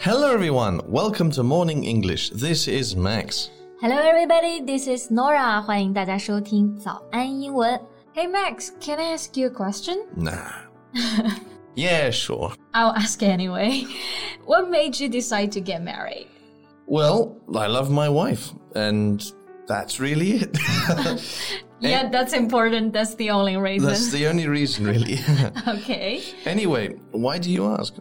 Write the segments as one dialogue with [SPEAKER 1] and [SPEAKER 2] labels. [SPEAKER 1] Hello, everyone. Welcome to Morning English. This is Max.
[SPEAKER 2] Hello, everybody. This is Nora. 欢迎大家收听早安英文。Hey, Max, can I ask you a question?
[SPEAKER 1] Nah. yeah, sure.
[SPEAKER 2] I'll ask anyway. What made you decide to get married?
[SPEAKER 1] Well, I love my wife, and that's really it.
[SPEAKER 2] Yeah, that's important. That's the only
[SPEAKER 1] that's
[SPEAKER 2] reason.
[SPEAKER 1] the only reason, really.
[SPEAKER 2] Okay.
[SPEAKER 1] anyway, why do you ask?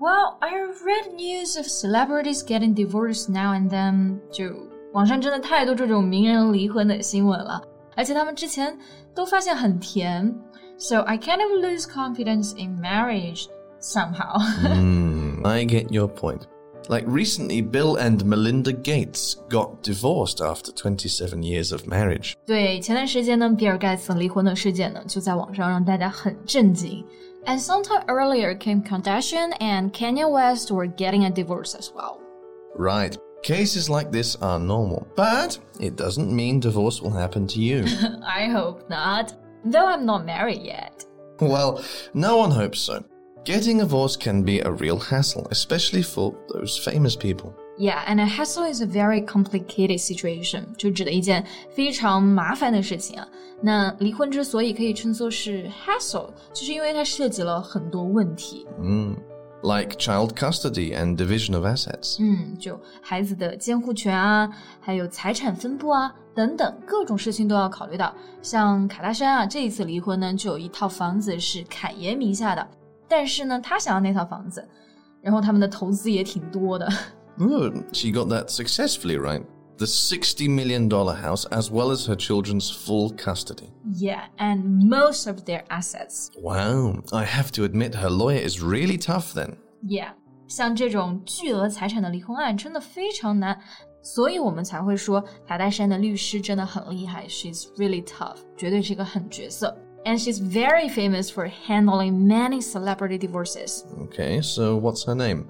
[SPEAKER 2] Well, I read news of celebrities getting divorced now and then. 就网上真的太多这种名人离婚的新闻了，而且他们之前都发现很甜。So I kind of lose confidence in marriage somehow.
[SPEAKER 1] Hmm, I get your point. Like recently, Bill and Melinda Gates got divorced after 27 years of marriage.
[SPEAKER 2] 对，前段时间呢，比尔盖茨离婚的事件呢，就在网上让大家很震惊。And sometime earlier, Kim Kardashian and Kanye West were getting a divorce as well.
[SPEAKER 1] Right. Cases like this are normal, but it doesn't mean divorce will happen to you.
[SPEAKER 2] I hope not. Though I'm not married yet.
[SPEAKER 1] Well, no one hopes so. Getting a divorce can be a real hassle, especially for those famous people.
[SPEAKER 2] Yeah, and a hassle is a very complicated situation，就指的一件非常麻烦的事情啊。那离婚之所以可以称作是 hassle，就是因为它涉及了很多问题。
[SPEAKER 1] Mm. Like child custody and division of assets.
[SPEAKER 2] 嗯，就孩子的监护权啊，还有财产分布啊等等各种事情都要考虑到。像卡戴珊啊，这一次离婚呢，就有一套房子是凯爷名下的，但是呢，他想要那套房子，然后他们的投资也挺多的。
[SPEAKER 1] Ooh, Hmm, she got that successfully right. The $60 million house, as well as her children's full custody.
[SPEAKER 2] Yeah, and most of their assets.
[SPEAKER 1] Wow, I have to admit her lawyer is really tough then.
[SPEAKER 2] Yeah，像这种巨额财产的离婚案真的非常难，所以我们才会说卡戴珊的律师真的很厉害，she's really tough，绝对是一个狠角色。And she's very famous for handling many celebrity divorces.
[SPEAKER 1] Okay, so what's her name?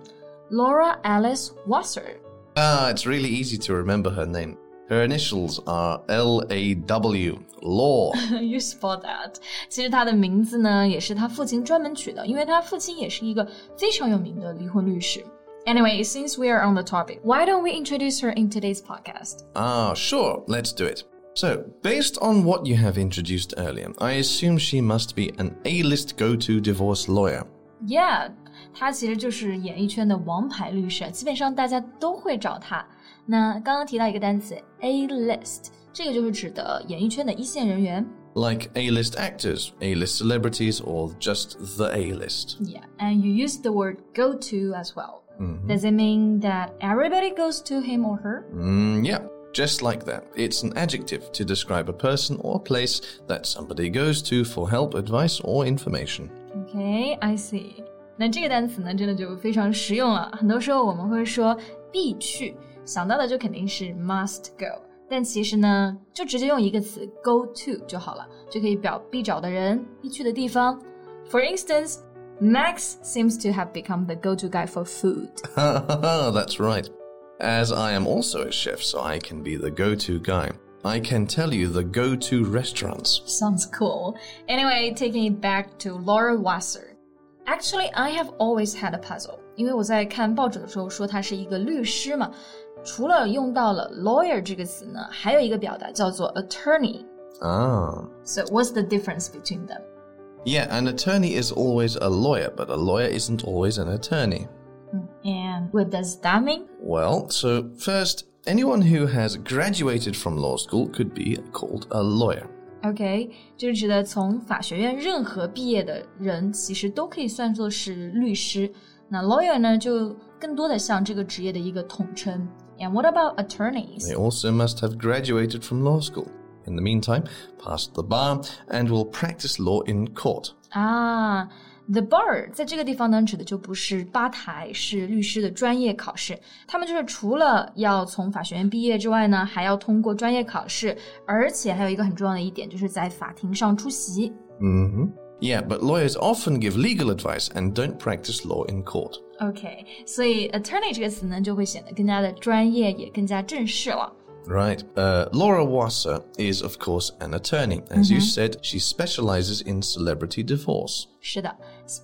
[SPEAKER 2] Laura Alice Wasser.
[SPEAKER 1] Ah, it's really easy to remember her name. Her initials are L A W, Law.
[SPEAKER 2] you spot that. 其实她的名字呢，也是她父亲专门取的，因为她父亲也是一个非常有名的离婚律师。Anyway, since we are on the topic, why don't we introduce her in today's podcast?
[SPEAKER 1] Ah, sure, let's do it. So, based on what you have introduced earlier, I assume she must be an A list go to divorce lawyer.
[SPEAKER 2] Yeah，她其实就是演艺圈的王牌律师，基本上大家都会找她。那刚刚提到一个单词 A list，这个就是指的演艺圈的一线人员。
[SPEAKER 1] Like A list actors, A list celebrities, or just the A list.
[SPEAKER 2] Yeah，and you use the word go to as well. Does it mean that everybody goes to him or her?
[SPEAKER 1] Mm, yeah, just like that. It's an adjective to describe a person or place that somebody goes to for help, advice, or information.
[SPEAKER 2] Okay, I see. 那这个单词呢，真的就非常实用了。很多时候我们会说必去，想到的就肯定是 must go，但其实呢，就直接用一个词 go to 就好了，就可以表必找的人、必去的地方。For instance, Max seems to have become the go-to guy for food.
[SPEAKER 1] That's right. As I am also a chef, so I can be the go to guy. I can tell you the go to restaurants.
[SPEAKER 2] Sounds cool. Anyway, taking it back to Laura Wasser. Actually, I have always had a puzzle. 因为我在看报纸的时候说她是一个律师嘛，除了用到了 lawyer 这个词呢，还有一个表达叫做 attorney。
[SPEAKER 1] Ah.
[SPEAKER 2] So what's the difference between them?
[SPEAKER 1] Yeah, an attorney is always a lawyer, but a lawyer isn't always an attorney.
[SPEAKER 2] And what does that mean?
[SPEAKER 1] Well, so first, anyone who has graduated from law school could be called a lawyer.
[SPEAKER 2] OK，就是指的从法学院任何毕业的人，其实都可以算作是律师。那 lawyer 呢，就更多的像这个职业的一个统称。And what about attorneys?
[SPEAKER 1] They also must have graduated from law school. In the meantime, passed the bar and will practice law in court.
[SPEAKER 2] 啊，the bar 在这个地方呢，指的就不是吧台，是律师的专业考试。他们就是除了要从法学院毕业之外呢，还要通过专业考试，而且还有一个很重要的一点，就是在法庭上出席。
[SPEAKER 1] hmm Yeah, but lawyers often give legal advice and don't practice law in court.
[SPEAKER 2] OK，所以 attorney 这个词呢，就会显得更加的专业，也更加正式了。
[SPEAKER 1] Right. Uh, Laura Wasser is, of course, an attorney. As you said, she specializes in celebrity divorce.
[SPEAKER 2] 是的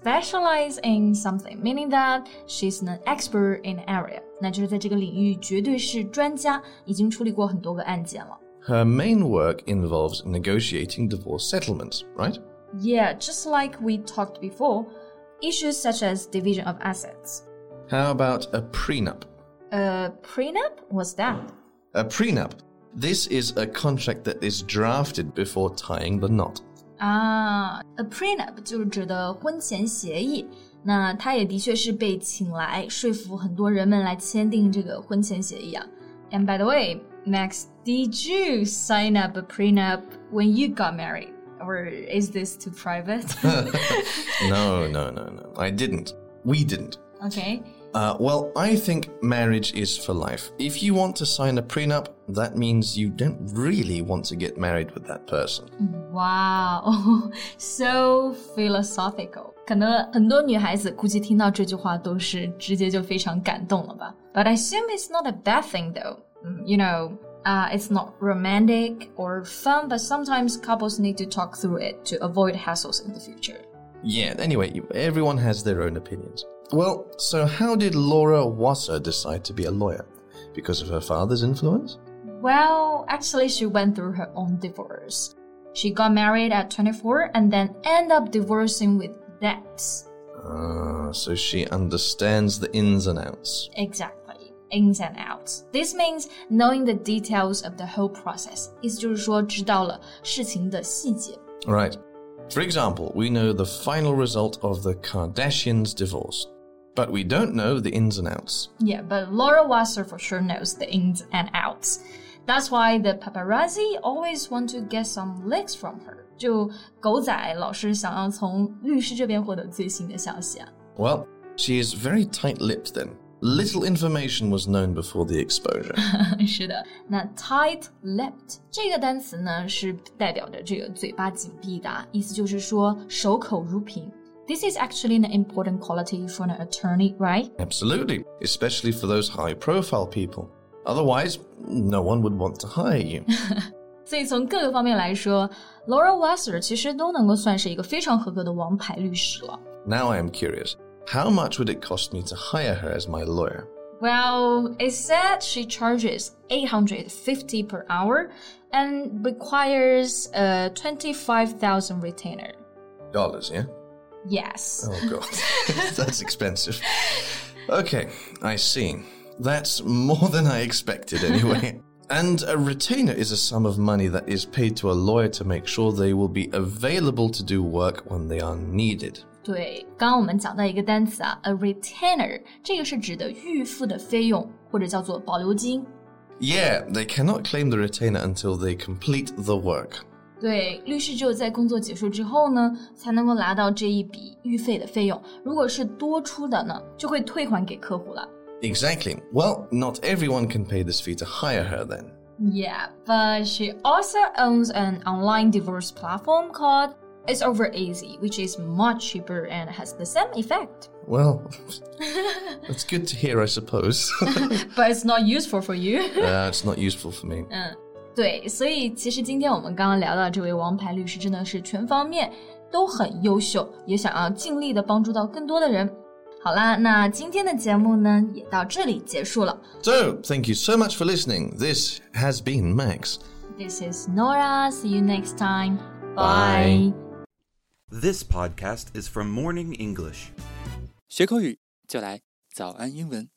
[SPEAKER 2] ，specialize in something, meaning that she's an expert in area，那就是在这个领域绝对是专家，已经处理过很多个案件了。
[SPEAKER 1] Her main work involves negotiating divorce settlements, right?
[SPEAKER 2] Yeah, just like we talked before, issues such as division of assets.
[SPEAKER 1] How about a prenup?
[SPEAKER 2] A prenup? What's that?
[SPEAKER 1] A prenup. This is a contract that is drafted before tying the knot.
[SPEAKER 2] 啊、a Ah, prenup 就是指的婚前协议。那他也的确是被请来说服很多人们来签订这个婚前协议啊。And by the way, Max, did you sign up a prenup when you got married, or is this too private?
[SPEAKER 1] No, no, no, no. I didn't. We didn't.
[SPEAKER 2] okay.
[SPEAKER 1] Uh, well, I think marriage is for life. If you want to sign a prenup, that means you don't really want to get married with that person.
[SPEAKER 2] Wow, so philosophical. 可能很多女孩子估计听到这句话都是直接就非常感动了吧。But I assume it's not a bad thing though. Mm, You know, uh, it's not romantic or fun, but sometimes couples need to talk through it to avoid hassles in the future.
[SPEAKER 1] Yeah, anyway, you- everyone has their own opinions. Well, so how did Laura Wasser decide to be a lawyer? Because of her father's influence?
[SPEAKER 2] Well, actually, she went through her own divorce. She got married at 24 and then end up divorcing with debts.
[SPEAKER 1] Ah, so she understands the ins and outs.
[SPEAKER 2] Exactly. Ins and outs. This means knowing the details of the whole process. 意思就是说知道了事情的细节。
[SPEAKER 1] Right. For example, we know the final result of the Kardashians' divorce, but we don't know the ins and outs.
[SPEAKER 2] Yeah, but Laura Wasser for sure knows the ins and outs. That's why the paparazzi always want to get some leaks from her. 就狗仔老是想要从律师这边获得最新的消息啊。
[SPEAKER 1] Well, she is very tight lipped then. Little information was known before the exposure.
[SPEAKER 2] 是的，那 tight-lipped 这个单词呢，是代表着这个嘴巴紧闭的啊，意思就是说守口如瓶。This is actually an important quality for an attorney, right?
[SPEAKER 1] Absolutely, especially for those high profile people. Otherwise, no one would want to hire you.
[SPEAKER 2] 所以从各个方面来说，Laura Wasser 其实都能够算是一个非常合格的王牌律师了。
[SPEAKER 1] now I am curious. How much would it cost me to hire her as my lawyer?
[SPEAKER 2] Well, it said she charges 850 per hour and requires a 25,000 retainer.
[SPEAKER 1] Dollars, yeah?
[SPEAKER 2] Yes.
[SPEAKER 1] Oh, God. That's expensive. Okay, I see. That's more than I expected, anyway. and a retainer is a sum of money that is paid to a lawyer to make sure they will be available to do work when they are needed.
[SPEAKER 2] 对，刚刚我们讲到一个单词啊，a retainer，这个是指的预付的费用，或者叫做保留金。
[SPEAKER 1] Yeah, they cannot claim the retainer until they complete the work.
[SPEAKER 2] 对，律师只有在工作结束之后呢，才能够拿到这一笔预费的费用。如果是多出的呢，就会退还给客户了。
[SPEAKER 1] Exactly. Well, not everyone can pay this fee to hire her then.
[SPEAKER 2] Yeah, but she also owns an online divorce platform called It's Over Easy, which is much cheaper and has the same effect.
[SPEAKER 1] Well, that's good to hear, I suppose.
[SPEAKER 2] But it's not useful for you.
[SPEAKER 1] uh, it's not useful for me.
[SPEAKER 2] 对，所以其实今天我们刚刚聊到这位王牌律师，真的是全方面都很优秀，也想要尽力的帮助到更多的人。好啦，那今天的节目呢也到这里结束了。
[SPEAKER 1] So, thank you so much for listening. This has been Max.
[SPEAKER 2] This is Nora. See you next time.
[SPEAKER 1] Bye.
[SPEAKER 2] Bye.
[SPEAKER 3] This podcast is from Morning English.
[SPEAKER 4] 学口语就来早安英文。